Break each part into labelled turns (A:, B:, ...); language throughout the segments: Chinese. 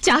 A: 家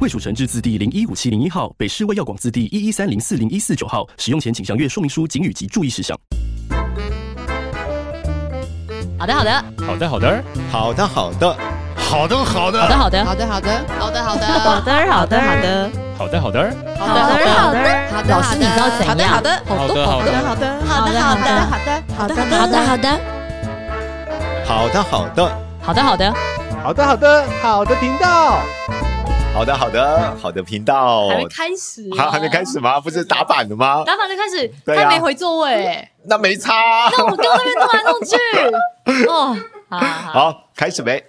B: 卫蜀成字字第零一五七零一号，北市卫药广字第一一三零四零一四九号。使用前请详阅说明书、警语及注意事项。
C: 好的，好的，
D: 好的，好的，
E: 好的，好
D: 好
E: 的，
D: 的，好
C: 好的，
D: 的，
C: 好的，
F: 好的，好的，好的，好的，
C: 好的，好的，好的，
D: 好的，好的，
F: 好的，好的，好的，好的，
C: 老师，你知道怎
F: 好的，
C: 样？
F: 好的，
C: 好
D: 好的好的
C: 好的，好
F: 好
C: 的，
F: 的，
C: 好的
F: 好的，，好的，好的，
C: 好的，好的，
E: 好的，
C: 好的，
E: 好的，
C: 好的，
G: 好的，好的，好的频道。
E: 好的，好的，好的频道，
H: 还没开始、
E: 还还没开，始吗？不是打板了吗？
H: 打板就开始，
E: 对啊
H: 他没回座位、欸，
E: 那没差啊。
H: 哦那我刚那边弄来弄去，哦，好好好，
E: 好，开始没？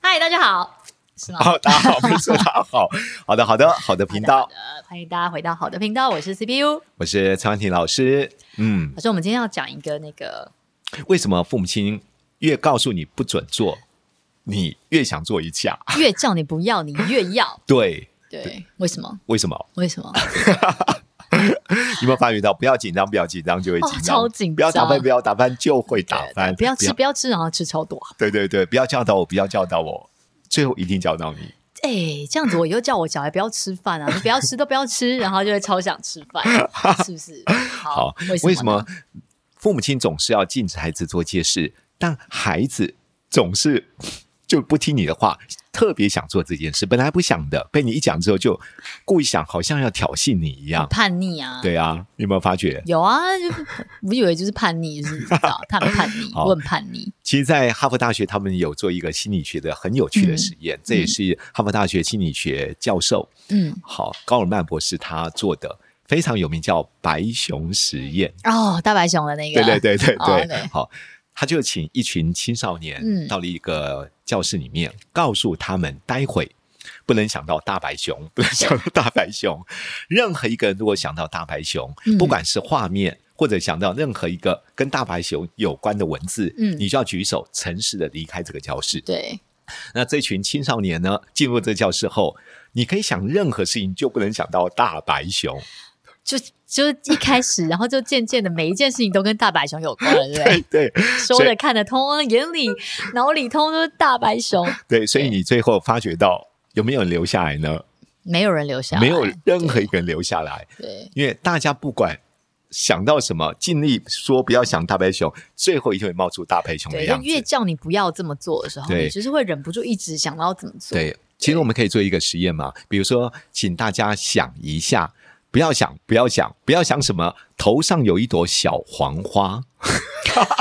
H: 嗨，大家好，是吗？
E: 好，大家好，不是大家好，好的，好的，好的频道
H: 好，的，好的欢迎大家回到好的频道，我是 CPU，
E: 我是蔡婉婷老师。嗯，
H: 老师，我们今天要讲一个那个，
E: 为什么父母亲越告诉你不准做，你越想做一下？
H: 越叫你不要，你越要，
E: 对，
H: 对，为什么？
E: 为什么？
H: 为什么？
E: 你有没有发觉到？不要紧张，不要紧张就会紧张，
H: 哦超紧张
E: 不要打翻，不要打翻就会打翻，
H: 不要吃，不要吃，然后吃超多。
E: 对对对，不要教导我，不要教导我，最后一定教导你。
H: 哎、这样子我又叫我小孩不要吃饭啊，你不要吃都不要吃，然后就会超想吃饭，是不是？好
E: 好，
H: 为什么呢？
E: 为什么父母亲总是要禁止孩子做一些事，但孩子总是就不听你的话，特别想做这件事，本来不想的，被你一讲之后，就故意想，好像要挑衅你一样。
H: 叛逆啊？
E: 对啊，你有没有发觉？
H: 有啊，就我以为就是 叛逆，是不是？他很叛逆，
E: 好
H: 我很叛逆。
E: 其实，在哈佛大学，他们有做一个心理学的很有趣的实验，这也是哈佛大学心理学教授
H: 嗯，
E: 好高尔曼博士他做的，非常有名，叫白熊实验。
H: 哦，大白熊的那个，
E: 对对对对
H: 哦
E: 对，
H: ，OK
E: 好，他就请一群青少年
H: 嗯
E: 到了一个教室里面，告诉他们待会。不能想到大白熊， 不能想到大白 熊。任何一个人如果想到大白熊，
H: 嗯
E: 不管是画面或者想到任何一个跟大白熊有关的文字，
H: 嗯
E: 你就要举手，诚实的离开这个教室。
H: 对，
E: 那这群青少年呢，进入这教室后，你可以想任何事情，就不能想到大白熊。
H: 就就一开始，然后就渐渐的每一件事情都跟大白熊有关了，对不
E: 对
H: 对？
E: 对，
H: 说
E: 所以
H: 的、看的通，眼里、脑里通都是大白熊，
E: 对，所以你最后发觉到有没有人留下来呢？
H: 没有人留下来，
E: 没有任何一个人留下来，
H: 对，
E: 因为大家不管想到什么，尽力说不要想大白熊，最后一定会冒出大白熊的
H: 对，
E: 样
H: 就
E: 子。
H: 越叫你不要这么做的时候，
E: 对
H: 你就是会忍不住一直想到要怎么做。
E: 对，其实我们可以做一个实验嘛，比如说，请大家想一下，不要想，不要想，不要想什么，头上有一朵小黄花，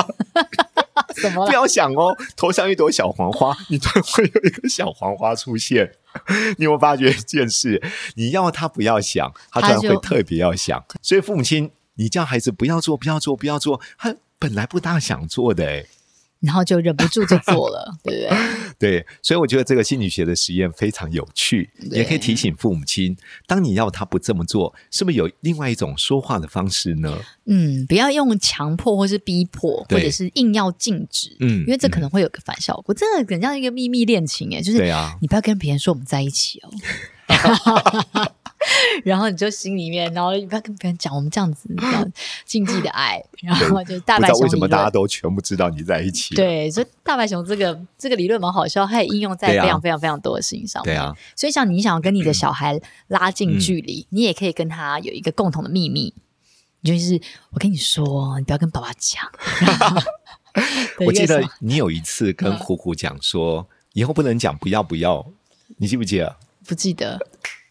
H: 怎么
E: 不
H: 了？
E: 要想哦，头上有一朵小黄花，你突然会有一个小黄花出现。 你有没有发觉一件事？你要他不要想，他突然
H: 他
E: 会
H: 就
E: 特别要想。所以父母亲，你叫孩子不要做，不要做，不要做，他本来不大想做的、欸，
H: 然后就忍不住就做了， 对不对？
E: 对，所以我觉得这个心理学的实验非常有趣，
H: 对
E: 也可以提醒父母亲，当你要他不这么做，是不是有另外一种说话的方式呢？
H: 嗯，不要用强迫或是逼迫，
E: 对
H: 或者是硬要禁止，
E: 嗯
H: 因为这可能会有个反效果。这个很像一个秘密恋情，哎，就是
E: 对啊
H: 你不要跟别人说我们在一起哦。 然后你就心里面，然后你不要跟别人讲我们这样子，这样禁忌的爱，然后就大
E: 不
H: 白
E: 知道
H: 熊
E: 为
H: 理
E: 什么
H: 论。
E: 大家都全部知道你在一起。，
H: 对，所以大白熊这个这个理论蛮好笑，它也应用在
E: 对啊
H: 非常非常非常多的事情上面。
E: 对啊，嗯
H: 所以像你想要跟你的小孩拉近距离，你也可以跟他有一个共同的秘密，就是我跟你说，你不要跟爸爸 讲。对嗯
E: 我
H: 因
E: 记
H: 为
E: 得
H: 什么
E: 你有一次跟虎虎讲说，以后不能讲不要不要，你记不记得？
H: 不记得，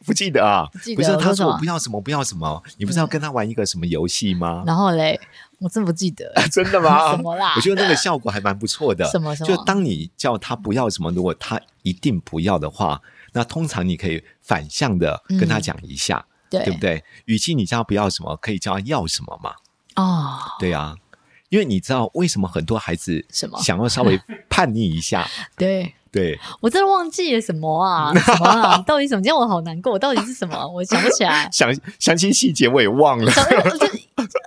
E: 不记得啊？
H: 记得
E: 不是
H: 我
E: 他
H: 说什
E: 说
H: 么嗯
E: 我不要什么不要什么，你不是要跟他玩一个什么游戏吗？
H: 然后嘞，我真不记得
E: 真的吗？
H: 什么啦
E: 啊我觉得那个效果还蛮不错的。
H: 什么什么
E: 就当你叫他不要什么，如果他一定不要的话，那通常你可以反向的跟他讲一下，
H: 嗯对
E: 对不对？与其你叫他不要什么，可以叫他要什么嘛？
H: 哦，
E: 对啊，因为你知道为什么很多孩子
H: 什么
E: 想要稍微叛逆 一下，
H: 对
E: 对，
H: 我真的忘记了什么啊什么
E: 。
H: 啊，到底什么？这样我好难过，到底是什么？我想不起来
E: 详详细细节我也忘了。
H: 想，哎我就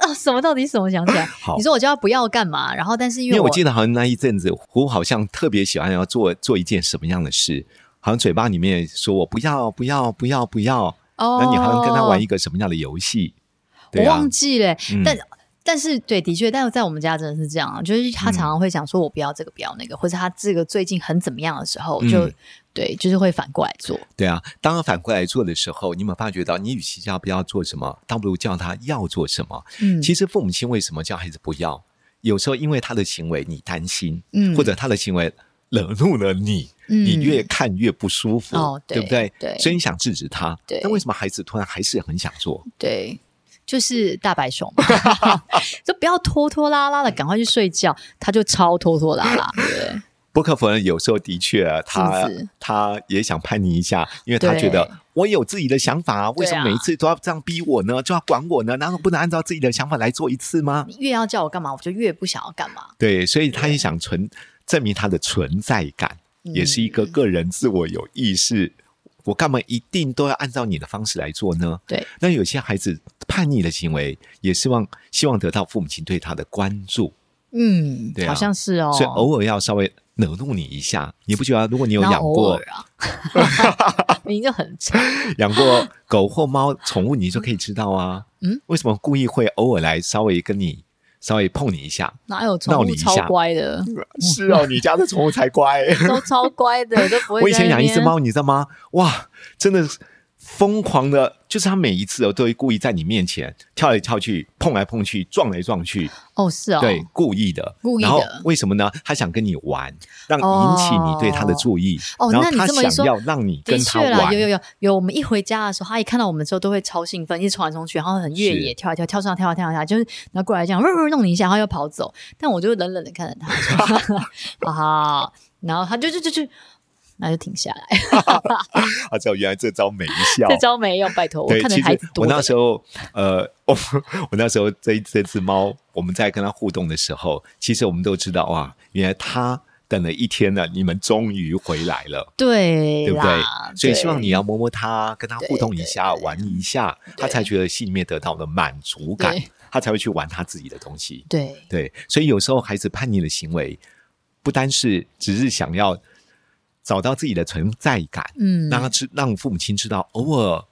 H: 啊，什么到底什么想起来？
E: 好
H: 你说我叫他不要干嘛？然后但是因
E: 因
H: 为
E: 为
H: 我
E: 我记得好像那一阵子，胡好像特别喜欢要做做一件什么样的事，好像嘴巴里面说我不要不要不要不要，
H: 哦，
E: 那你好像跟他玩一个什么样的游戏？对
H: 我
E: 啊
H: 忘，记了欸、
E: 嗯
H: 但但是对，的确，但是在我们家真的是这样啊，就是
E: 嗯
H: 他常常会想说我不要这个，不要那个，或者他这个最近很怎么样的时候，就、
E: 嗯
H: 对，就是会反过来做。
E: 对啊。当他反过来做的时候，你有没有发觉到，你与其叫不要做什么，倒不如叫他要做什么？
H: 嗯，
E: 其
H: 实
E: 实父母亲为什么叫孩子不要？有时候因为他的行为你担心，
H: 嗯
E: 或者他的行为惹怒了你，
H: 嗯
E: 你越看越不舒服，
H: 哦对
E: 不对？
H: 对
E: 所以你想制止他，
H: 对
E: 但为什么孩子突然还是很想做？
H: 对。就是大白熊嘛， 就不要拖拖拉拉的，赶快去睡觉。他就超拖拖拉拉，对，
E: 不可否认，有时候的确啊他
H: 是不是
E: 他也想叛逆一下，因为他
H: 对
E: 觉得我有自己的想法，为什
H: 对
E: 么
H: 啊
E: 每一次都要这样逼我呢？就要管我呢？难道不能按照自己的想法来做一次吗？
H: 你越要叫我干嘛，我就越不想要干嘛。
E: 对，所以他也想存证明他的存在感，
H: 嗯
E: 也是一个个人自我有意识。我干嘛一定都要按照你的方式来做呢？
H: 对，
E: 那有些孩子叛逆的行为，也希望希望得到父母亲对他的关注，
H: 嗯，
E: 对啊
H: 好像是哦。
E: 所以偶尔要稍微惹怒你一下，你不觉得？如果你有
H: 然
E: 养
H: 后偶
E: 过
H: 尔 啊， 明明就很差。
E: 养过狗或猫宠物，你就可以知道啊。
H: 嗯，
E: 为什么故意会偶尔来稍微跟你稍微碰你一下？
H: 哪有宠
E: 闹你
H: 物
E: 一
H: 超
E: 下
H: 乖 的？
E: 是哦，你家的宠物 才乖。
H: 都超乖的，都不会。
E: 我以前养一只，猫，你知道吗？哇，真的是疯狂的，就是它每一次哦都会故意在你面前跳来跳去、碰来碰去、撞来撞去，
H: 哦，是哦，
E: 对，故意的，
H: 故意的
E: 然后为什么呢？它想跟你玩，让引起你对它的注意，
H: 哦
E: 然后
H: 那你
E: 它
H: 这么一
E: 想
H: 说
E: 要让你
H: 的
E: 跟它
H: 确啦，
E: 玩
H: 有。有有有，我们一回家的时候，它一看到我们之后都会超兴奋，一直冲来冲去，然后很越野
E: 是
H: 跳来跳，跳上来跳来跳来跳来，就是然后过来这样， 嗡嗡弄你一下，然后又跑走。但我就冷冷的看着它，说 啊哈，然后它就就就就，那就停下来。
E: 啊，知道原来这招没 效
H: 这招没有，拜托，我
E: 对，
H: 看
E: 其
H: 的
E: 实
H: 孩子多
E: 我
H: 的嘞。
E: 那时候，呃，我我那时候这这只猫，我们在跟它互动的时候，其实我们都知道哇，原来它等了一天了，你们终于回来了。
H: 对
E: 对不对
H: 啦？
E: 所以希望
H: 对
E: 你要摸摸它，跟它互动一下，
H: 对对对
E: 玩一下，它才觉得心里面得到的满足感
H: 对，
E: 它才会去玩它自己的东西。
H: 对
E: 对，所以有时候孩子叛逆的行为，不单是只是想要找到自己的存在感，
H: 嗯
E: 让他知让父母亲知道，偶尔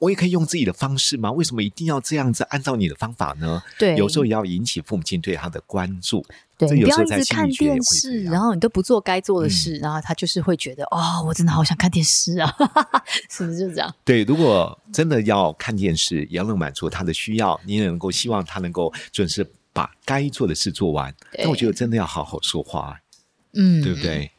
E: 我也可以用自己的方式吗？为什么一定要这样子按照你的方法呢？
H: 对，
E: 有时候也要引起父母亲对他的关注。
H: 对，
E: 这
H: 你
E: 有
H: 不要
E: 时候
H: 一
E: 在
H: 直
E: 心
H: 看
E: 理学也
H: 电
E: 会这
H: 视，
E: 样
H: 然后你都不做该做的
E: 嗯
H: 事，然后他就是会觉得哦，我真的好想看电视啊， 是不是就这样？
E: 对，如果真的要看电视，也要能满足他的需要，你也能够希望他能够准时把该做的事做完。
H: 对
E: 那我觉得真的要好好说话。
H: 嗯，
E: 对不？对？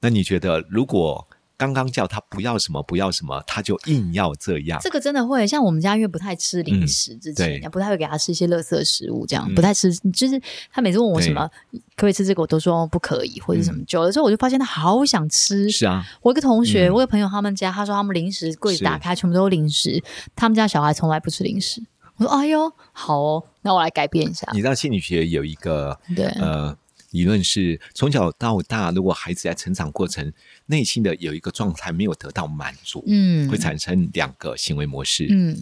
E: 那你觉得，如果刚刚叫他不要什么不要什么，他就硬要这样，
H: 这个真的会像我们家，因为不太吃零
E: 嗯
H: 食，之前、
E: 对
H: 不太会给他吃一些垃圾食物，这样、
E: 嗯
H: 不太吃。就是他每次问我什
E: 对
H: 么可不可以吃这个，我都说哦不可以，或者什么。
E: 嗯
H: 久了之后，我就发现他好想吃。
E: 是啊，
H: 我一个同学，
E: 嗯
H: 我一个朋友，他们家他说他们零食柜
E: 是
H: 子打开全部都是零食，他们家小孩从来不吃零食。我说：“哎呦，好哦，那我来改变一下。
E: 你知道心理学有一个”
H: 对，
E: 呃理论是，从小到大，如果孩子在成长过程内心的有一个状态没有得到满足，
H: 嗯，
E: 会产生两个行为模式，
H: 嗯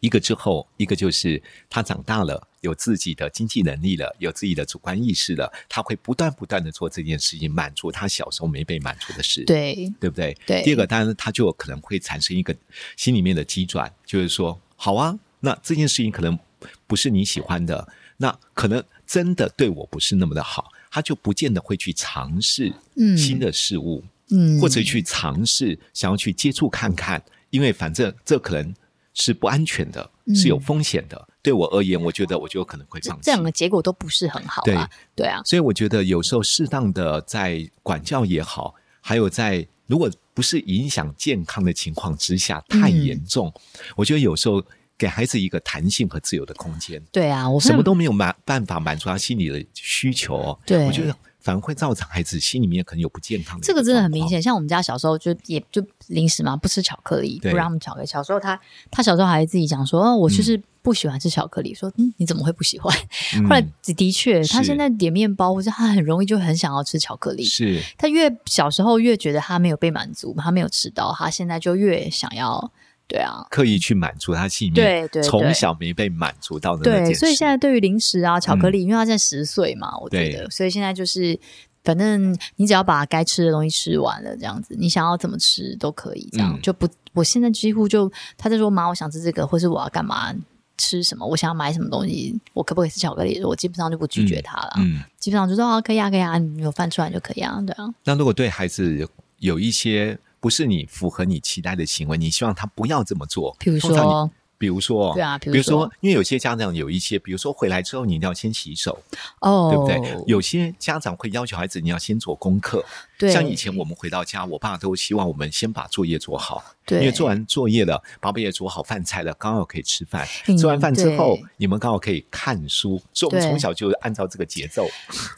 E: 一个之后，一个就是他长大了，有自己的经济能力了，有自己的主观意识了，他会不断不断的做这件事情，满足他小时候没被满足的事，。
H: 对，
E: 对不对？
H: 对
E: 第二个，当然它就有可能会产生一个心里面的激转，就是说，好啊，那这件事情可能不是你喜欢的，那可能真的对我不是那么的好，他就不见得会去尝试
H: 嗯
E: 新的事物，
H: 嗯，
E: 或者去尝试想要去接触看看，因为反正这可能是不安全的，
H: 嗯
E: 是有风险的。对我而言，我觉得我就可能会
H: 这
E: 放弃。
H: 这两个结果都不是很好啊。对啊，
E: 所以我觉得有时候适当的在管教也好，还有在如果不是影响健康的情况之下
H: 嗯
E: 太严重，我觉得有时候给孩子一个弹性和自由的空间，
H: 对啊，我
E: 什么
H: 看
E: 都没有满办法满足他心理的需求，哦
H: 对
E: 我觉得反而会造成孩子心里面可能有不健康的，
H: 这个真的很明。显。像我们家小时候就也就零食嘛，不吃巧克力，不
E: 对
H: 让他们巧克力。小时候他他小时候还自己讲说，哦，我就是不喜欢吃巧克力。说嗯，你怎么会不喜欢？
E: 嗯
H: 后来的确，他
E: 是
H: 现在点面包，或者他很容易就很想要吃巧克力。
E: 是
H: 他越小时候越觉得他没有被满足，他没有吃到，他现在就越想要对啊，
E: 刻意去满足他心里面
H: 对对
E: 从
H: 对
E: 小没被满足到的那件
H: 对，
E: 事。
H: 所以现在对于零食啊、巧克力，因为他现在十岁嘛，我觉
E: 嗯对
H: 得，所以现在就是，反正你只要把该吃的东西吃完了，这样子，你想要怎么吃都可以，这样、
E: 嗯
H: 就不，我现在几乎就他在说妈，我想吃这个，或是我要干嘛。吃什么？我想要买什么东西，我可不可以吃巧克力？我基本上就不拒绝他了，
E: 嗯，
H: 基本上就说啊，可以啊，可以啊，你有饭吃完就可以啊，对啊，
E: 那如果对孩子有一些不是你符合你期待的行为，你希望他不要这么做，
H: 比如
E: 通常你
H: 说，
E: 比如说，
H: 对啊比如
E: 如说
H: 说，
E: 因为有些家长有一些，比如说回来之后你一定要先洗手，
H: 哦，
E: 对不对？有些家长会要求孩子你要先做功课，
H: 对
E: 像以前我们回到家，我爸都希望我们先把作业做好，
H: 对
E: 因为做完作业了，爸爸也煮好饭菜了，刚好可以吃饭。
H: 嗯
E: 做完饭之后
H: 对，
E: 你们刚好可以看书，所以我们
H: 对
E: 从小就按照这个节奏，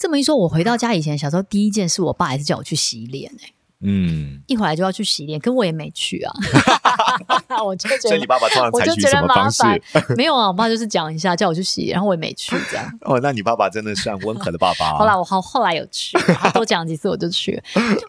H: 这么一说，我回到家以前，小时候第一件事，我爸还是叫我去洗脸、欸
E: 嗯。
H: 一回来就要去洗脸，可我也没去 啊，我就觉
E: 所以你
H: 得。
E: 爸爸通常
H: 我
E: 采
H: 就
E: 取
H: 觉
E: 什
H: 得
E: 么
H: 麻
E: 方式
H: 烦？，没有啊，我爸就是讲一下，叫我去洗，然后我也没去，这样。
E: 哦，那你爸爸真的算温和的爸 爸、啊。
H: 后来我后后来有去，他多讲几次我就去了。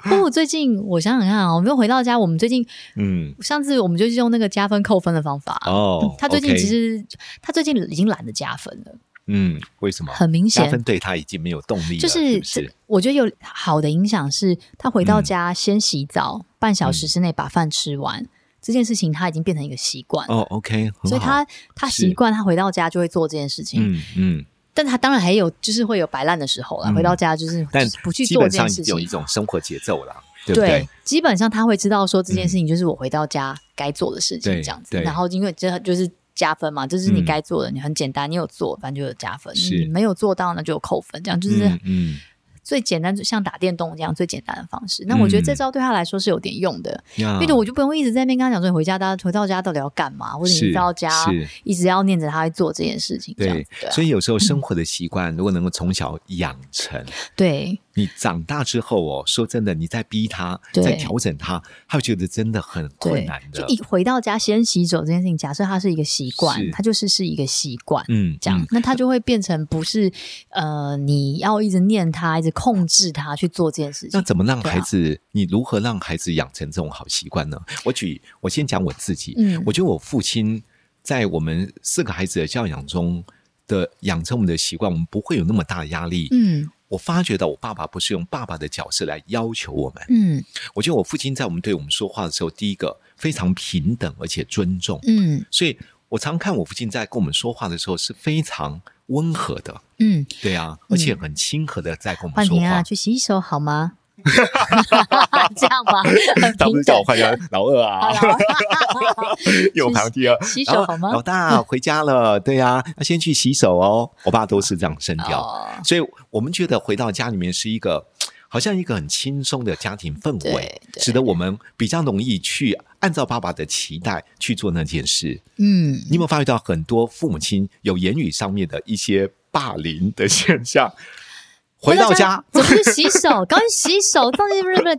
H: 不过我最近我想想看啊，我没有回到家，我们最近
E: 嗯，
H: 上次我们就是用那个加分扣分的方法。
E: 哦，
H: 嗯他最近
E: OK
H: 其实他最近已经懒得加分了，
E: 嗯，为什么？
H: 很明
E: 加
H: 显
E: 分对他已经没有动力了，
H: 就是
E: 不
H: 这
E: 是？
H: 我觉得有好的影响是，他回到
E: 嗯
H: 家先洗澡，半小时之内把饭吃完、这件事情，他已经变成一个习惯了。
E: 哦，OK，很好
H: 所以他他
E: 是
H: 习惯，他回到家就会做这件事情。
E: 嗯嗯，
H: 但他当然还有就是会有摆烂的时候啦，
E: 嗯
H: 回到家就是
E: 但
H: 就是不去
E: 基
H: 做这件
E: 本上
H: 事
E: 有一
H: 情。
E: 种生活节奏啦，对不
H: 对
E: 对？
H: 基本上他会知道说这件事情就是我回到家该做的事情
E: 对
H: 这样子。
E: 嗯对
H: 然后因为这就是加分嘛，这是你
E: 嗯
H: 该做的，你很简单，你有做，反正就有加分；
E: 是
H: 你没有做到，那就有扣分。这样就是
E: 嗯嗯，
H: 最简单，像打电动这样最简单的方式。那我觉
E: 嗯
H: 得这招对他来说是有点用的，
E: 呀
H: 因为我就不用一直在那边跟他讲说你回家，大家回到家到底要干嘛，或者
E: 是
H: 你到家
E: 是
H: 一直要念着他做这件事情这样
E: 对
H: 子。对啊，
E: 所以有时候生活的习惯如果能够从小养成，
H: 对。
E: 你长大之后哦，说真的，你再逼他，
H: 对
E: 再调整他，他会觉得真的很困
H: 对
E: 难，的
H: 就。一回到家先洗手这件事情，假设它是一个习
E: 是
H: 惯，它就是是一个习惯，
E: 嗯，
H: 这样，
E: 嗯
H: 那它就会变成不是呃，你要一直念它，一直控制它去做这件事
E: 那
H: 情。
E: 怎么让
H: 对啊
E: 孩子？你如何让孩子养成这种好习惯呢？我举，我先讲我自己。
H: 嗯
E: 我觉得我父亲在我们四个孩子的教养中的养成我们的习惯，我们不会有那么大的压力。
H: 嗯
E: 我发觉到我爸爸不是用爸爸的角色来要求我们。
H: 嗯
E: 我觉得我父亲在我们对我们说话的时候，第一个非常平等而且尊重，
H: 嗯
E: 所以我常看我父亲在跟我们说话的时候是非常温和的，
H: 嗯，
E: 对啊，而且很亲和的在跟我
H: 幻
E: 们说
H: 婷
E: 话
H: 啊，。 去洗手好吗？这样吧，很
E: 他不
H: 平
E: 是叫
H: 等
E: 我。换成老二啊， 又旁听啊，
H: 洗
E: 然
H: 手
E: 后
H: 好吗？
E: 老 大回家了，对呀、要先去洗手哦。我爸都是这样声调，
H: 哦，
E: 所以我们觉得回到家里面是一个好像一个很轻松的家庭氛围
H: 对，对
E: 使得我们比较容易去按照爸爸的期待去做那件事。
H: 嗯，
E: 你有没有发觉到很多父母亲有言语上面的一些霸凌的现象？
H: 啊
E: 回到家，
H: 怎么去洗手？赶紧洗手！到底不是不是？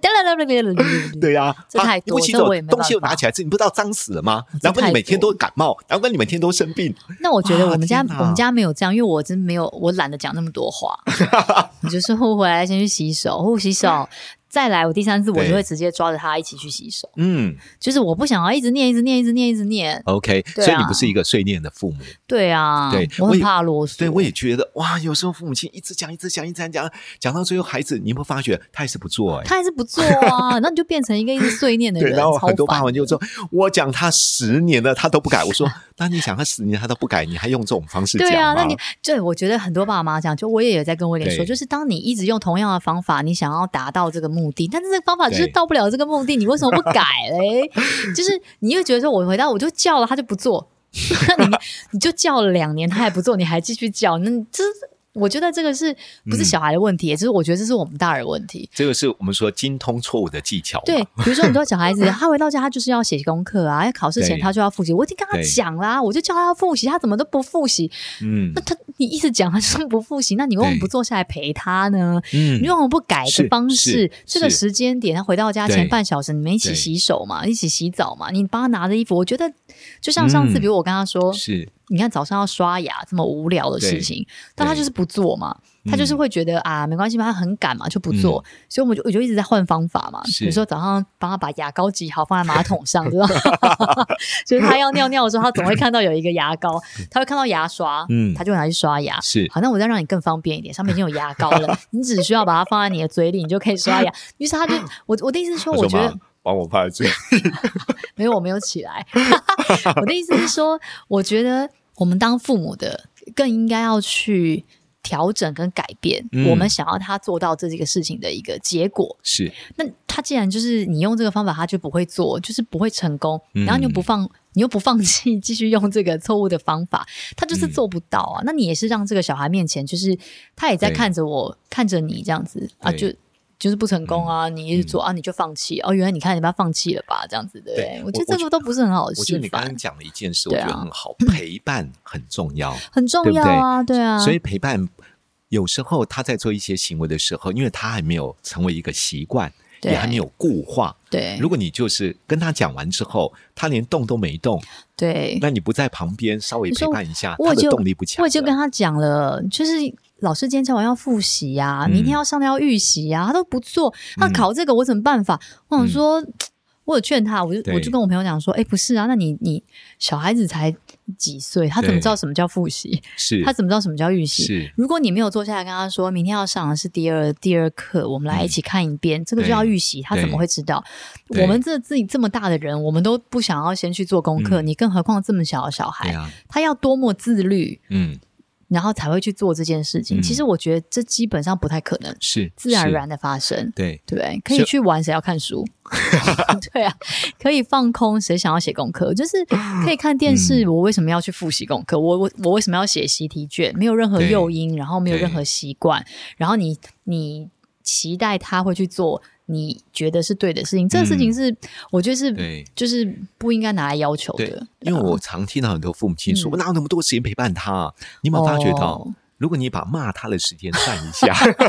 E: 对呀、啊，
H: 这太多
E: 不洗
H: 这
E: 手
H: 我也没办
E: 东西又
H: 法
E: 拿起来吃，你不知道脏死了吗
H: 这？
E: 难怪你
H: 太
E: 每天
H: 多
E: 都感冒，难怪你每天都生病。
H: 那我觉得我们家
E: 哇天哪
H: 我们家没有这样，因为我真没有，我懒得讲那么多话。 我就是我回来先去洗手，我洗 手，再来我第三次我
E: 对
H: 就会直接抓着他一起去洗手，
E: 嗯
H: 就是我不想要一直念，一直念，一直念，一直念。
E: ，OK，、
H: 对
E: 所以你
H: 啊
E: 不是一个碎念的父母。
H: 对啊，
E: 对
H: 我
E: 我
H: 很
E: 也
H: 怕啰嗦。
E: 对，我也觉得哇，有时候父母亲一直讲、一直讲、一直讲，讲讲到最后，孩子你有没有发觉他还是不做、
H: 哦
E: 欸？
H: 他还是不做 啊，那你就变成一个一直碎念的
E: 对，
H: 人，
E: 然后
H: 超
E: 很多爸
H: 烦
E: 爸就
H: 的
E: 说：“我讲他十年了，他都不改。”我说：“那你讲他十年他都不改，你还用这种方式讲
H: 对
E: 吗？”
H: 啊，那你对我觉得很多爸妈这样，就我也有在跟威廉说，
E: 对
H: 就是当你一直用同样的方法，你想要达到这个目的，但是这个方法就是
E: 对
H: 到不了这个目的，你为什么不改 嘞？就是你会觉得说，我回到我就叫了，他就不做， 那 你你就叫了两年，他还不做，你还继续叫，那你这我觉得这个是不是
E: 嗯
H: 小孩的问题？也就是我觉得这是我们大人的问题。
E: 这个是我们说精通错误的技巧。
H: 对，，比如说很多小孩 子，他回到家他就是要写功课啊，要考试前
E: 对
H: 他就要复习。我已经跟他
E: 对
H: 讲啦、我就叫他要复习，他怎么都不复习。
E: 嗯
H: 那他你一直讲他就是不复习，那 你为什么
E: 对
H: 不坐下来陪他呢？
E: 嗯
H: 你为什么不改
E: 是
H: 个方
E: 是
H: 式？这个
E: 是
H: 时间点，他回到家
E: 对
H: 前半小时，你们一起
E: 对
H: 洗手嘛，一起洗澡嘛，你帮他拿着衣服，我觉得就像上次，
E: 嗯
H: 比如我跟他说，
E: 是
H: 你看早上要刷牙这么无聊的事情，但他就是不做嘛，他
E: 嗯
H: 就是会觉得啊没关系嘛，他很赶嘛就不做，所以我们就我就一直在换方法嘛，比
E: 是
H: 如说早上帮他把牙膏挤好放在马桶上，知道吗？ 就是他要尿尿的时候，他总会看到有一个牙膏，他会看到牙刷，
E: 嗯
H: 嗯，他就拿去刷牙，
E: 是
H: 好，那我再让你更方便一点，上面已经有牙膏了， 你只需要把它放在你的嘴里，你就可以刷牙。于是他 就，我我的意思是说，
E: 他
H: 我觉
E: 说
H: 得
E: 妈帮我拍这个，
H: 没有，我没有起来。 我的意思是说，我觉得我们当父母的更应该要去调整跟改变
E: 嗯
H: 我们想要他做到这几个事情的一个结果。
E: 是
H: 那他既然就是你用这个方法，他就不会做，就是不会成功，
E: 嗯
H: 然后你又不放，你又不放弃，继续用这个错误的方法，他
E: 嗯
H: 就是做不到啊。那你也是让这个小孩面前，就是他也在
E: 对
H: 看着我，看着你这样子啊，
E: 对嗯
H: 就就是不成功啊，你一直做啊，你就放弃哦，原来你看你把它放弃了吧，这样子对不
E: 对
H: 对？我觉
E: 我
H: 得
E: 我
H: 这
E: 觉
H: 个都不是很好的
E: 我觉
H: 示
E: 得你刚
H: 范
E: 刚，讲了一件事，我
H: 对
E: 觉
H: 啊
E: 得很好，陪伴很重要。
H: 很重要啊，对啊，
E: 所以陪伴有时候他在做一些行为的时候，因为他还没有成为一个习惯，
H: 对
E: 也还没有固化。
H: 对
E: 如果你就是跟他讲完之后，他连动都没动，
H: 对。
E: 那你不在旁边稍
H: 嗯
E: 微
H: 你
E: 陪
H: 说
E: 伴一下，
H: 我
E: 他
H: 已
E: 的
H: 经
E: 动力不强了。
H: 我已经跟他讲了，就是老师今天叫我要复习呀、啊，
E: 嗯
H: 明天要上课要预习呀、啊，他都不做，他考这个我怎么办法？我想说，我有劝他，我就
E: 嗯对
H: 我就跟我朋友讲说，哎，不是啊，那你你小孩子才几岁，他怎么
E: 对
H: 知道什么叫复习？
E: 是
H: 他怎么知道什么叫预习？
E: 是
H: 如果你没有坐下来跟他说，明天要上的是第二第二课，我们来一起看一遍，这个就要预习，他怎么会知道？
E: 对
H: 我们这自己这么大的人，我们都不想要先去做功课，
E: 嗯
H: 你更何况这么小的小
E: 对
H: 孩，
E: 啊，
H: 他要多么自律，
E: 嗯，
H: 然后才会去做这件事情。
E: 嗯
H: 其实我觉得这基本上不太可能，
E: 是
H: 自然而
E: 是
H: 然的发生。
E: 对。
H: 对不对？可以去玩，谁要看 书？对啊，可以放空，谁想要写功课？就是可以看电
E: 嗯
H: 视，我为什么要去复习功课？我我我为什么要写习题卷？没有任何
E: 对
H: 诱因，然后没有
E: 对
H: 任何习惯，然后你你期待他会去做你觉得是对的事情，这个事情是、我觉得是
E: 嗯对
H: 就是不应该拿来要求的。对啊
E: 因为我常听到很多父母亲说：“
H: 嗯
E: 我哪有那么多时间陪伴他啊？”你有没有发觉到，
H: 哦
E: 如果你把骂他的时间算一下，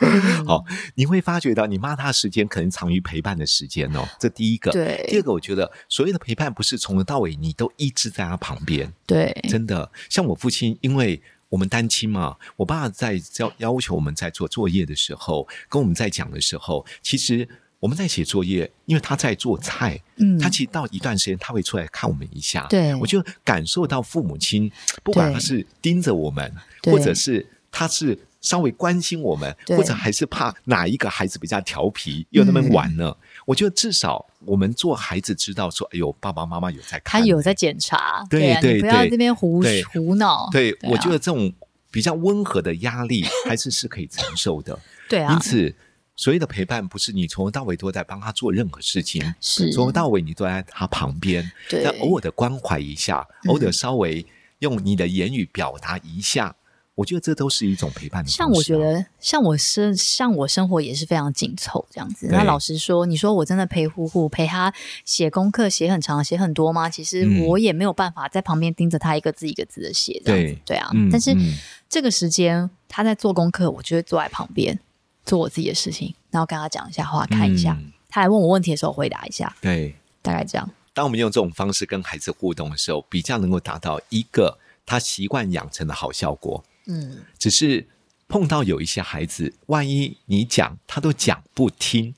H: 嗯
E: 好，你会发觉到你骂他的时间可能长于陪伴的时间哦。这第一个，
H: 对
E: 第二个，我觉得所谓的陪伴不是从头到尾你都一直在他旁边，
H: 对
E: 真的。像我父亲，因为我们单亲嘛，我爸在要要求我们在做作业的时候，跟我们在讲的时候，其实我们在写作业，因为他在做菜，
H: 嗯
E: 他其实到一段时间他会出来看我们一下，
H: 对
E: 我就感受到父母亲，不管他是盯着我们，
H: 对
E: 或者是他是。稍微关心我们，
H: 对
E: 或者还是怕哪一个孩子比较调皮，又那么玩呢？
H: 嗯
E: 我觉得至少我们做孩子知道说，哎呦，爸爸妈妈有在
H: 他
E: 看呢，
H: 有在检查，
E: 对
H: 啊，
E: 对
H: 你不要
E: 对
H: 这边胡
E: 对
H: 胡闹，
E: 对，
H: 啊
E: 我觉得这种比较温和的压力 还是是可以承受的。
H: 对啊
E: 因，此，所谓的陪伴，不是你从头到尾都在帮他做任何事情，
H: 是
E: 从头到尾你都在他旁边，
H: 对
E: 但偶尔的关怀一下，
H: 嗯
E: 偶尔稍微用你的言语表达一下，我觉得这都是一种陪伴的方式啊。
H: 像我觉得，像我生，像我生活也是非常紧凑这样子。
E: 对
H: 那老实说，你说我真的陪呼呼陪他写功课写很长写很多吗？其实
E: 嗯
H: 我也没有办法在旁边盯着他一个字一个字的写这样子。
E: 对
H: 对啊，
E: 嗯
H: 但是
E: 嗯
H: 这个时间他在做功课，我就会坐在旁边做我自己的事情，然后跟他讲一下话，看一下、
E: 嗯
H: 他来问我问题的时候回答一下，
E: 对。
H: 大概这样。
E: 当我们用这种方式跟孩子互动的时候，比较能够达到一个他习惯养成的好效果。
H: 嗯，
E: 只是碰到有一些孩子，万一你讲他都讲不听，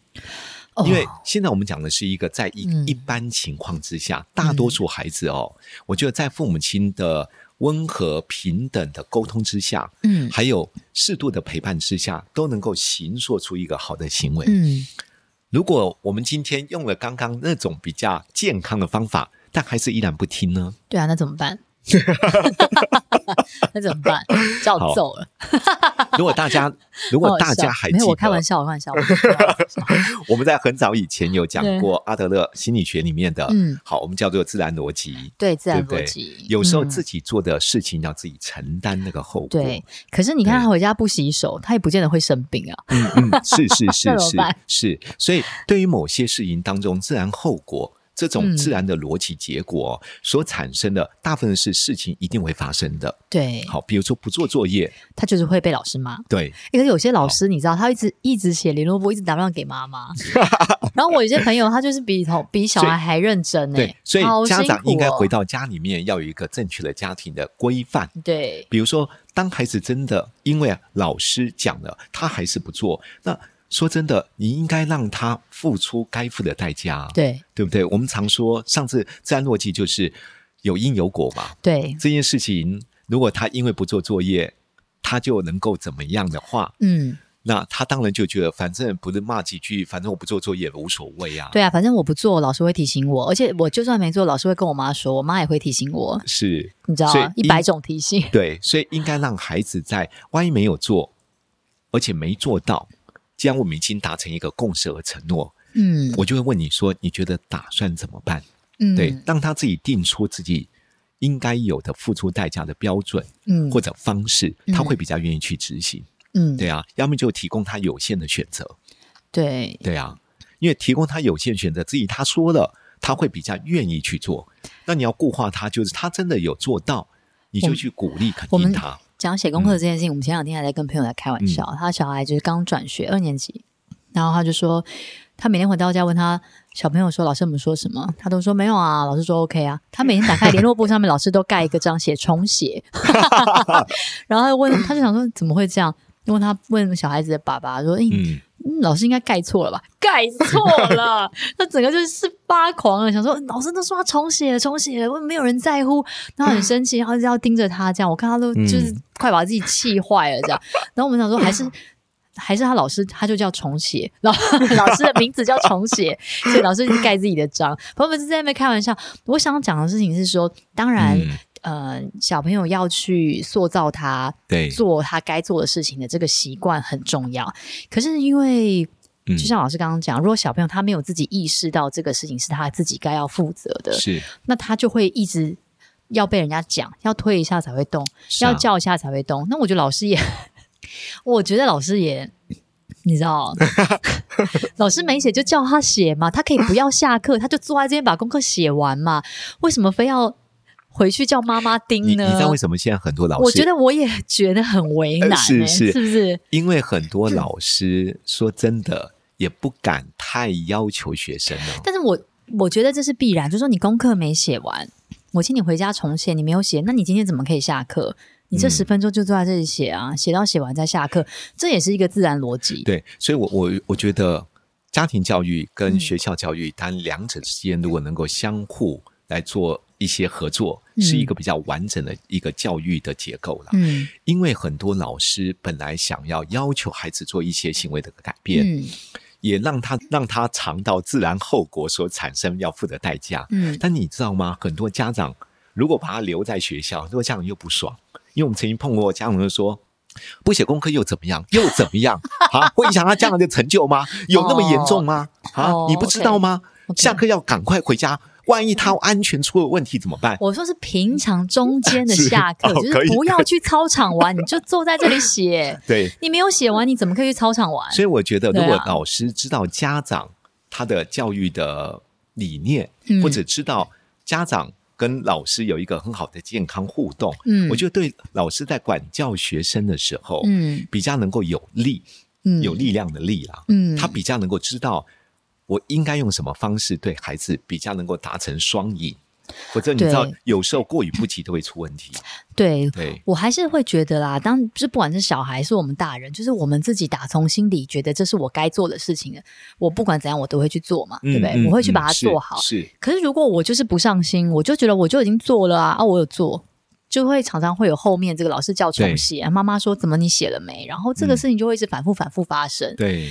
H: 哦
E: 因为现在我们讲的是一个在一、
H: 嗯
E: 一般情况之下，大多数孩子哦，我觉得在父母亲的温和平等的沟通之下，
H: 嗯
E: 还有适度的陪伴之下，都能够形塑出一个好的行为。
H: 嗯，
E: 如果我们今天用了刚刚那种比较健康的方法，但还是依然不听 呢？
H: 对啊，那怎么 办？那怎么办？照
E: 好
H: 揍了。
E: 如果大家，如
H: 好
E: 果
H: 好
E: 大
H: 笑
E: 家还记
H: 没
E: 得，
H: 有，我开玩笑，我开玩笑。我开玩笑
E: 我们在很早以前有讲过阿德勒心理学里面的，
H: 嗯
E: 好，我们叫做自然逻辑，
H: 对，自然
E: 不 对
H: 逻辑。
E: 有时候
H: 嗯
E: 自己做的事情要自己承担那个后果。
H: 对，，可是你看
E: 对
H: 他回家不洗手，他也不见得会生病啊。
E: 嗯嗯，是是是
H: 那怎么
E: 是
H: 办
E: 是，所以对于某些事情当中自然后果。这种
H: 嗯
E: 自然的逻辑结果、所产生的，大部分是事情一定会发生的。
H: 对，
E: 好，比如说不做作业，
H: 他就是会被老师骂。
E: 对，
H: 欸可是有些老师，你知道，他一直一直写联络簿，一直打电话给妈 妈。然后我有些朋友，他就是比同比小
E: 所
H: 孩
E: 以
H: 还认真呢、
E: 对，所
H: 好
E: 以家
H: 辛
E: 长
H: 苦
E: 应该
H: 哦
E: 回到家里面要有一个正确的家庭的规范。
H: 对
E: 比如说，当孩子真的因为老师讲了，他还是不做，那说真的，你应该让他付出该付的代价，啊
H: 对
E: 对不对？我们常说，上次自然逻辑就是有因有果嘛。
H: 对，
E: 这件事情，如果他因为不做作业，他就能够怎么样的话，
H: 嗯，
E: 那他当然就觉得，反正不是骂几句，反正我不做作业也无所谓啊。
H: 对啊，反正我不做，老师会提醒我，而且我就算没做，老师会跟我妈说，我妈也会提醒我，
E: 是，
H: 你知道
E: 所以
H: 吗？一百
E: 因
H: 种提醒。
E: 对，所以应该让孩子在万一没有做，而且没做到，既然我们已经达成一个共识和承诺，
H: 嗯，
E: 我就会问你说，你觉得打算怎么办？
H: 嗯
E: 对，让他自己定出自己应该有的付出代价的标准
H: 嗯
E: 或者方式，
H: 嗯
E: 他会比较愿意去执行。
H: 嗯，
E: 对啊，要么就提供他有限的选择。
H: 对
E: 对啊，因为提供他有限选择，至于他说了，他会比较愿意去做。那你要固化他，就是他真的有做到，你就去鼓励肯
H: 我
E: 定
H: 们
E: 他。
H: 讲写功课这
E: 嗯
H: 件事情，我们前两天还在跟朋友在开玩笑，他小孩就是刚转学二年级，然后他就说，他每天回到家问他小朋友说老师我们说什么，他都说没有啊，老师说 OK 啊，他每天打开联络簿上面老师都盖一个章写重写， 然后他就问他就想说怎么会这样，问他问小孩子的爸爸说，哎、
E: 嗯，
H: 嗯老师应该盖错了吧？盖错了， 他整个就是发狂了，想说嗯老师都说他重写了，重写了，没有人在乎，然后很生气，然后就要盯着他这样，我看他都就是快把自己气坏了这样。然后我们想说，还是还是他老师，他就叫重写，老老师的名字叫重写，所以老师盖自己的章。朋友们是在那边开玩笑。我想讲的事情是说，当然。
E: 嗯
H: 呃，小朋友要去塑造他
E: 对
H: 做他该做的事情的这个习惯很重要。可是因为，
E: 嗯
H: 就像老师刚刚讲，如果小朋友他没有自己意识到这个事情是他自己该要负责的，
E: 是
H: 那他就会一直要被人家讲，要推一下才会动，
E: 是啊
H: 要叫一下才会动。那我觉得老师也， 我觉得老师也。你知道， 老师没写就叫他写嘛，他可以不要下课，他就坐在这边把功课写完嘛，为什么非要回去叫妈妈盯
E: 你你
H: 呢？
E: 知道为什么现在很多老师？
H: 我觉得我也觉得很为难、
E: 呃
H: 欸，
E: 是是
H: 不是？嗯
E: 因为很多老师说真的也不敢太要求学生哦了。
H: 但是我我觉得这是必然，就是说你功课没写完，我请你回家重写，你没有写，那你今天怎么可以下课？你这
E: 嗯
H: 十分钟就坐在这里写啊，写到写完再下课，这也是一个自然逻辑。
E: 对，所以我我我觉得家庭教育跟
H: 嗯
E: 学校教育，当然两者之间如果能够相互来做一些合作，
H: 嗯
E: 是一个比较完整的一个教育的结构了。
H: 嗯
E: 因为很多老师本来想要要求孩子做一些行为的改变，
H: 嗯
E: 也让他让他尝到自然后果所产生要付的代价。
H: 嗯，
E: 但你知道吗？很多家长如果把他留在学校，如果家长又不爽，因为我们曾经碰过家长就说。不写功课又怎么样？又怎么样？ 啊，会影响他将来的成就吗？有那么严重吗？啊
H: 哦，
E: 你不知道吗？
H: OK
E: 下课要赶快回家，万一他安全出了问题怎么办？
H: 我说是平常中间的下课，
E: 是哦
H: 就
E: 可
H: 是
E: 以
H: 不要去操场玩，你就坐在这里写。
E: 对，
H: 你没有写完，你怎么可以去操场玩？
E: 所以我觉得，如
H: 对
E: 果
H: 啊
E: 老师知道家长他的教育的理念，
H: 嗯
E: 或者知道家长跟老师有一个很好的健康互动，
H: 嗯
E: 我觉得对老师在管教学生的时候，
H: 嗯
E: 比较能够有力，
H: 嗯
E: 有力量的力啦，
H: 嗯
E: 他比较能够知道我应该用什么方式对孩子比较能够达成双赢，否则你知道
H: 对
E: 有时候过于不及都会出问题，
H: 对
E: 对。
H: 我还是会觉得啦，当就是不管是小孩，是我们大人，就是我们自己打从心底觉得这是我该做的事情的，我不管怎样我都会去做嘛，对不对？
E: 嗯嗯
H: 我会去把
E: 嗯
H: 它
E: 是
H: 做好。
E: 是
H: 可是如果我就是不上心，我就觉得我就已经做了啊，啊，我有做，就会常常会有后面这个老师叫重
E: 对
H: 写，妈妈说怎么你写了没，然后这个
E: 嗯
H: 事情就会一直反复反复发生。
E: 对，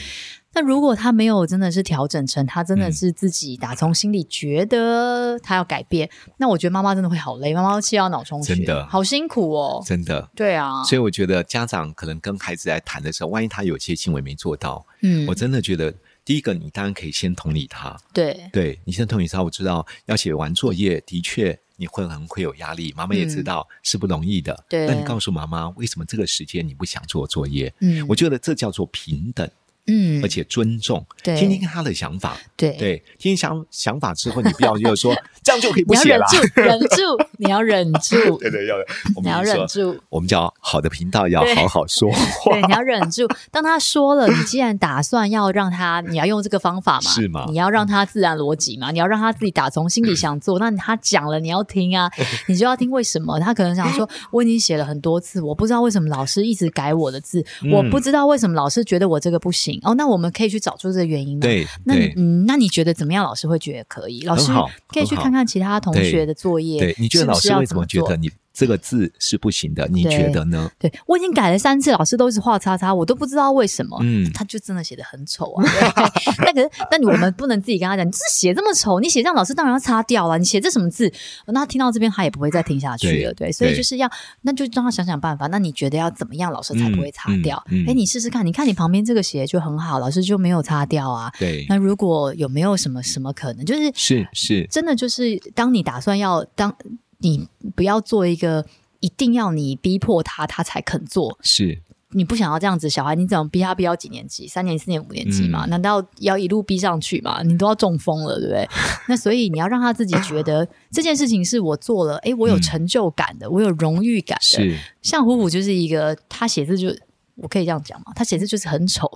H: 那如果他没有真的是调整成他真的
E: 嗯
H: 是自己打从心里觉得他要改变，那我觉得妈妈真的会好累，妈妈气到脑充血，
E: 真的
H: 好辛苦哦。
E: 真的。
H: 对啊，
E: 所以我觉得家长可能跟孩子来谈的时候，万一他有些行为没做到，
H: 嗯
E: 我真的觉得，第一个你当然可以先同理他，
H: 对，
E: 对你先同理他。我知道要写完作业，的确你会很会有压力，妈妈也知道是不容易的。
H: 嗯对
E: 那你告诉妈妈，为什么这个时间你不想做作业？
H: 嗯
E: 我觉得这叫做平等，
H: 嗯
E: 而，且尊重，
H: 对
E: 听听他的想法，
H: 对，
E: 对，听听想想法之后，你不要就 是说这样就可以不
H: 你要
E: 写
H: 忍
E: 啦。
H: 住，忍住，你要忍住，
E: 对对，要我
H: 你
E: 们
H: 要
E: 已经
H: 忍
E: 说，
H: 住。
E: 我们叫好的频道要
H: 对
E: 好好说话
H: 对，，你要忍住。当他说了，你既然打算要让他，你要用这个方法嘛，
E: 是吗嗯
H: 你要让他自然逻辑嘛，你要让他自己打从心里想做。那他讲了，你要听 啊，你就要听为什么。他可能想说，我已经写了很多次，我不知道为什么老师一直改我的字，我
E: 嗯
H: 不知道为什么老师觉得我这个不行。哦，那我们可以去找出这个原因嘛。
E: 对
H: 那你
E: 对
H: 嗯，那你觉得怎么样？老师会觉得可以？老师
E: 很好
H: 可以去
E: 很好
H: 看看其他同学的作业，
E: 对，你觉得
H: 是不
E: 老
H: 是
E: 师
H: 要
E: 为什么觉
H: 做
E: 得你这个字是不行的？你
H: 对
E: 觉得呢？
H: 对我已经改了三次，老师都是画叉叉，我都不知道为什么。
E: 嗯
H: 他就真的写的很丑啊。对 那可是，那你我们不能自己跟他讲，你这写这么丑，你写这样老师当然要擦掉啊。你写这什么字？那他听到这边他也不会再听下去了，对，
E: 对
H: 所以
E: 对
H: 就是要，那就让他想想办法。那你觉得要怎么样，老师才不会擦掉？哎、
E: 嗯嗯嗯
H: 你试试看，你看你旁边这个写得就很好，老师就没有擦掉啊。
E: 对
H: 那如果有没有什么什么可能，就是
E: 是是，
H: 真的就是当你打算要当你不要做一个一定要你逼迫他他才肯做，
E: 是，
H: 你不想要这样子小孩，你怎么逼他逼到几年级？三年、四年、五年级嘛？
E: 嗯
H: 难道要一路逼上去嘛？你都要中风了，对 不对？那所以你要让他自己觉得这件事情是我做了，诶，我有
E: 嗯
H: 成就感的，我有荣誉感的，
E: 是，
H: 像虎虎就是一个，他写字就我可以这样讲嘛，他写字就是很 丑，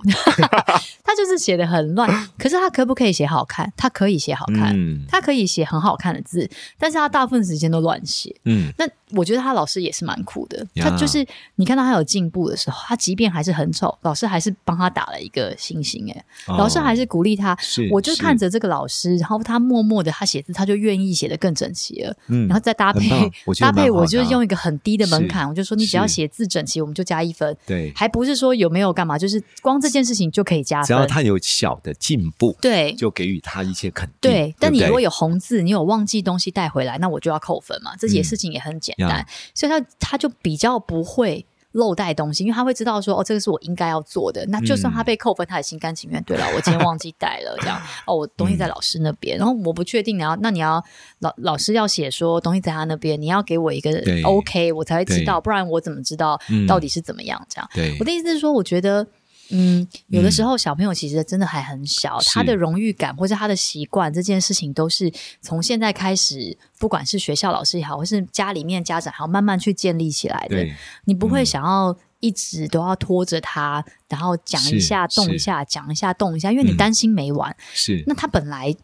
H: 他就是写的很乱。可是他可不可以写好看？他可以写好看，
E: 嗯
H: 他可以写很好看的字，但是他大部分时间都乱写。
E: 嗯，
H: 那我觉得他老师也是蛮酷的，
E: 呀
H: 他就是你看到他有进步的时候，他即便还是很丑，老师还是帮他打了一个星星、欸，
E: 哦
H: 老师还是鼓励他。
E: 是，
H: 我就是看，着这个老师，然后他默默的，他写字，他就愿意写的更整齐了。
E: 嗯
H: 然后再搭配
E: 很棒我觉
H: 搭
E: 得蛮
H: 配，
E: 好的啊
H: 我就是用一个很低的门槛，
E: 是
H: 我就说你只要
E: 是
H: 写字整齐，我们就加一分，
E: 对，
H: 还不是说有没有干嘛，就是光这件事情就可以加
E: 只要
H: 分。
E: 他有小的进步，
H: 对
E: 就给予他一些肯定。
H: 对，但
E: 不
H: 你如果
E: 对
H: 有红字，你有忘记东西带回来，那我就要扣分嘛。这些
E: 嗯
H: 事情也很简
E: 呀
H: 单，所以他他就比较不会。漏带东西，因为他会知道说，哦，这个是我应该要做的。那就算他
E: 嗯
H: 被扣分，他也心甘情愿。对了，我今天忘记带了，这 样哦，我东西
E: 嗯
H: 在老师那边，然后我不确定，然后那你要老老师要写说东西在他那边，你要给我一个
E: 对
H: OK，我才会知
E: 对
H: 道，不然我怎么知道
E: 嗯
H: 到底是怎么样？这样，
E: 对
H: 我的意思是说，我觉得，嗯，有的时候小朋友其实真的还很小，
E: 是
H: 他的荣誉感或者他的习惯这件事情，都是从现在开始，不管是学校老师也好，或是家里面家长也好，慢慢去建立起来的。
E: 对
H: 你不会
E: 嗯
H: 想要一直都要拖着他，然后讲一
E: 是
H: 下动一
E: 是
H: 下，讲一下动一下，因为你
E: 嗯
H: 担心没完。
E: 是
H: 那他本来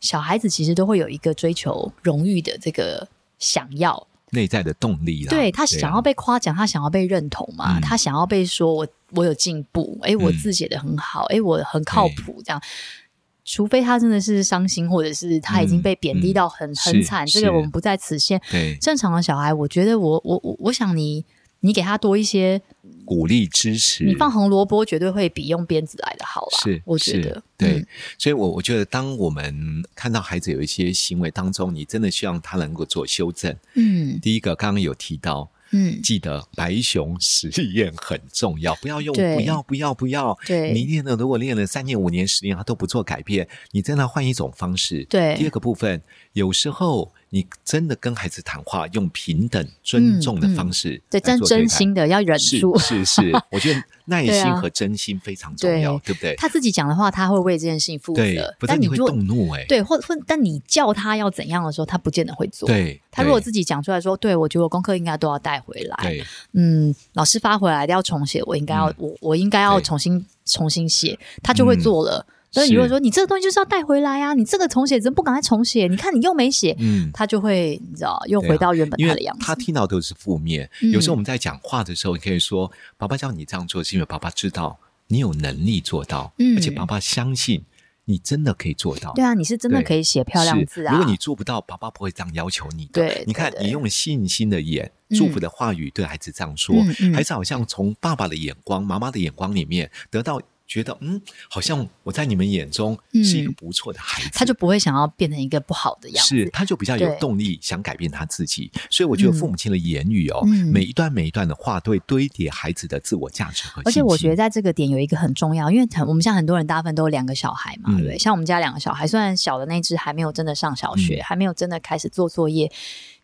H: 小孩子其实都会有一个追求荣誉的这个想要。
E: 内在的动力啦。
H: 对他
E: 啊
H: 想要被夸奖，他想要被认同嘛，
E: 嗯
H: 他想要被说我我有进步，诶，我
E: 嗯
H: 字写的很好，诶，我很靠谱，这样。除非他真的是伤心，或者是他已经
E: 嗯
H: 被贬低
E: 嗯
H: 到很、很
E: 是
H: 惨，
E: 是
H: 这个我们不在此限。
E: 对
H: 正常的小孩，我觉得我我我我想你，你给他多一些，
E: 鼓励支持，
H: 你放红萝卜绝对会比用鞭子来的好啦。
E: 嗯是，
H: 我觉
E: 是
H: 得
E: 对，
H: 嗯
E: 所以我我觉得，当我们看到孩子有一些行为当中，你真的希望他能够做修正。
H: 嗯
E: 第一个，刚刚有提到，
H: 嗯，
E: 记得白熊实验很重要，不要用
H: 对
E: 不要不要不要。
H: 对
E: 你练了，如果练了三年、五年、十年，他都不做改变，你真的换一种方式。
H: 对
E: 第二个部分，有时候你真的跟孩子谈话，用平等、尊重的方式
H: 嗯对，
E: 来做对待、
H: 但真心的要忍
E: 是
H: 住。
E: 是是，我觉得耐
H: 对
E: 心
H: 啊
E: 和真心非常重要，对不对？
H: 他自己讲的话，他会为这件事情负责
E: 对，，不然
H: 但
E: 你
H: 你
E: 会
H: 如果
E: 动怒哎、
H: 对，或或但你叫他要怎样的时候，他不见得会做。，
E: 对，
H: 他如果
E: 对
H: 自己讲出来说，对我觉得我功课应该都要带回来，
E: 对
H: 嗯，老师发回来的要重写，我应该要、
E: 嗯
H: 我我应该要
E: 对嗯
H: 重新重新写，他就会做了。但是你如果
E: 是
H: 说你这个东西就是要带回来啊，你这个重写怎么不赶快重写？你看你又没写，
E: 嗯。
H: 他就会你知道又
E: 对
H: 回
E: 啊
H: 到原本
E: 因
H: 他
E: 为
H: 的样子。
E: 他听到都是负面，
H: 嗯
E: 有时候我们在讲话的时候，你可以说：“爸爸叫你这样做，是因为爸爸知道你有能力做到，
H: 嗯
E: 而且爸爸相信你真的可以做到。
H: 对啊，你是真的
E: 对
H: 可以写漂亮字啊。
E: 是如果你做不到，爸爸不会这样要求你的。
H: 对
E: 你看
H: 对，对
E: 你用信心的眼、
H: 嗯
E: 祝福的话语对孩子这样说，
H: 嗯嗯
E: 孩子好像从爸爸的眼光、妈妈的眼光里面得到，觉得嗯，好像我在你们眼中是一个
H: 嗯
E: 不错的孩子，
H: 他就不会想要变成一个不好的样子。
E: 是，他就比较有
H: 对
E: 动力想改变他自己。所以我觉得
H: 嗯
E: 父母亲的言语哦，
H: 嗯
E: 每一段每一段的话，都会堆叠孩子的自我价值和
H: 而且
E: 信
H: 我
E: 心
H: 觉得在这个点有一个很重要，因为很我们像很多人大部分都有两个小孩嘛，
E: 嗯
H: 对不对？像我们家两个小孩，虽然小的那只还没有真的上小学，
E: 嗯
H: 还没有真的开始做作业，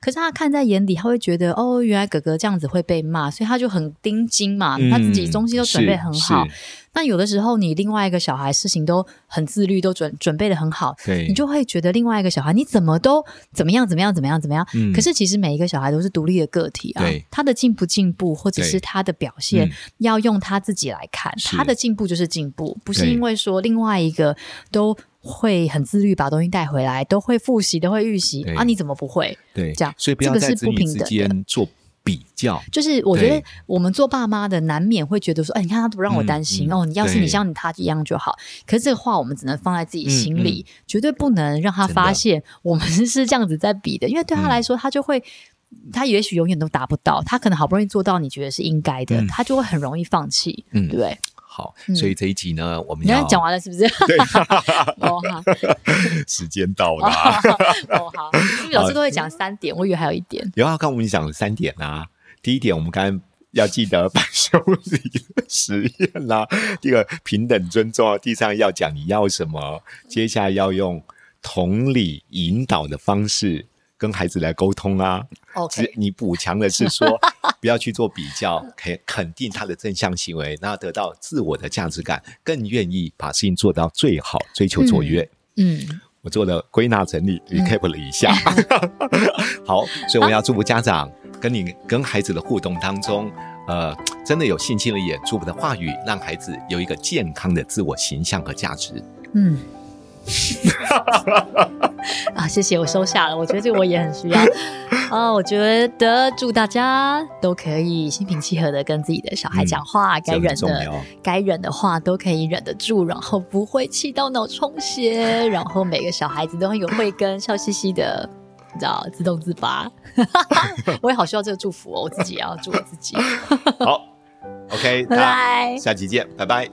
H: 可是他看在眼里，他会觉得哦，原来哥哥这样子会被骂，所以他就很盯紧嘛，他自己东西都准备很好
E: 嗯。是
H: 那有的时候你另外一个小孩事情都很自律，都准准备的很好，
E: 是对，
H: 你就会觉得另外一个小孩你怎么都怎么样怎么样怎么样怎么样。
E: 嗯
H: 可是其实每一个小孩都是独立的个体啊
E: 对，
H: 他的进不进步或者
E: 对
H: 是他的表现
E: 嗯，
H: 要用他自己来看，
E: 是
H: 他的进步就是进步，不是
E: 对
H: 因为说另外一个都会很自律把东西带回来，都会复习，都会预习
E: 对
H: 啊，你怎么不会？
E: 对，
H: 这样
E: 所以不要
H: 这个
E: 在
H: 是
E: 子
H: 不
E: 女
H: 平
E: 之
H: 等的
E: 间做比较，
H: 就是我觉
E: 对
H: 得我们做爸妈的难免会觉得说，哎，你看他都不让我担心、
E: 嗯
H: 哦，你要是你
E: 对
H: 像他一样就好。可是这个话我们只能放在自己心
E: 嗯
H: 里，绝对不能让他
E: 真的嗯
H: 发现我们是这样子在比的，因为对他来说，他就会。他也许永远都达不到，他可能好不容易做到，你觉得是应该的，
E: 嗯
H: 他就会很容易放弃，
E: 嗯
H: 对不对？
E: 好，
H: 嗯
E: 所以这一集呢，我们
H: 你
E: 要
H: 刚才讲完了是不是？
E: 对，
H: 哦好，
E: 时间到了
H: 哦
E: 啊。
H: 好，哦好，因为老
E: 好
H: 师都会讲三点，我以为还有一点。
E: 刘浩刚我们讲了三点啊，第一点我们刚刚。要记得板修理的实验啦、第二平等尊重啊，第三要讲你要什么，接下来要用同理引导的方式跟孩子来沟通啊。只
H: OK，
E: 你补强的是说， 不要去做比较，肯肯定他的正向行为，那得到自我的价值感，更愿意把事情做到最好，追求卓越。
H: 嗯，
E: 我做了归纳整理，recap 了一 下。好，所以我要祝福家长跟你跟孩子的互动当中，呃，真的有信心的也祝福的话语，让孩子有一个健康的自我形象和价值。
H: 嗯，啊，谢谢，我收下了。我觉得这个我也很需要。啊，我觉得祝大家都可以心平气和的跟自己的小孩讲话，该
E: 嗯这很
H: 忍
E: 重
H: 的
E: 要
H: 该忍的话都可以忍得住，然后不会气到脑充血，然后每个小孩子都很有慧根，笑嘻嘻的。你知道自动自拔， 我也好需要这个祝福哦，我自己也要祝我自己。
E: 好，OK，
H: 拜
E: 大家
H: 拜。
E: 下期见，拜拜。